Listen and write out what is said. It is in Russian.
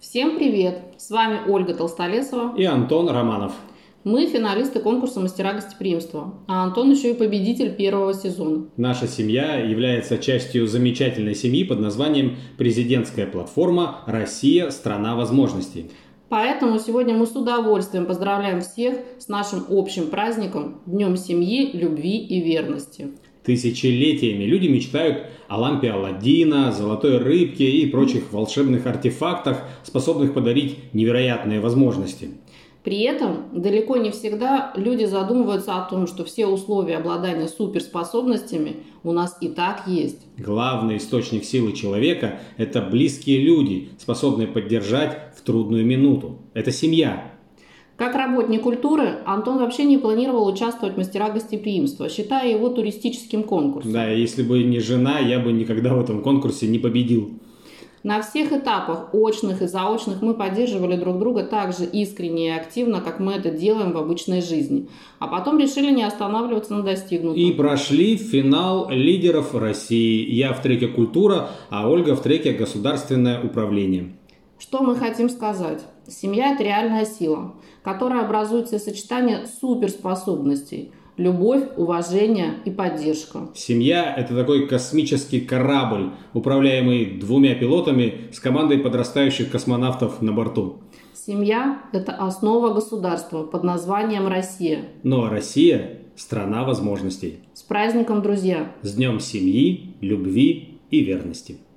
Всем привет! С вами Ольга Толстолесова. и Антон Романов. Мы финалисты конкурса «Мастера гостеприимства», а Антон еще и победитель первого сезона. Наша семья является частью замечательной семьи под названием «Президентская платформа «Россия – страна возможностей». Поэтому сегодня мы с удовольствием поздравляем всех с нашим общим праздником Днем семьи, любви и верности. Тысячелетиями люди мечтают о лампе Аладдина, золотой рыбке и прочих волшебных артефактах, способных подарить невероятные возможности. При этом далеко не всегда люди задумываются о том, что все условия обладания суперспособностями у нас и так есть. Главный источник силы человека – это близкие люди, способные поддержать в трудную минуту. Это семья, Как работник культуры, Антон вообще не планировал участвовать в «Мастера гостеприимства», считая его туристическим конкурсом. Да, если бы не жена, я бы никогда в этом конкурсе не победил. На всех этапах, очных и заочных, мы поддерживали друг друга так же искренне и активно, как мы это делаем в обычной жизни. А потом решили не останавливаться на достигнутом. И прошли финал лидеров России. Я в треке «Культура», а Ольга в треке «Государственное управление». Что мы хотим сказать? Семья – это реальная сила, которая образуется из сочетания суперспособностей – любовь, уважение и поддержка. Семья – это такой космический корабль, управляемый двумя пилотами с командой подрастающих космонавтов на борту. Семья – это основа государства под названием «Россия». Ну а Россия – страна возможностей. С праздником, друзья! С днем семьи, любви и верности.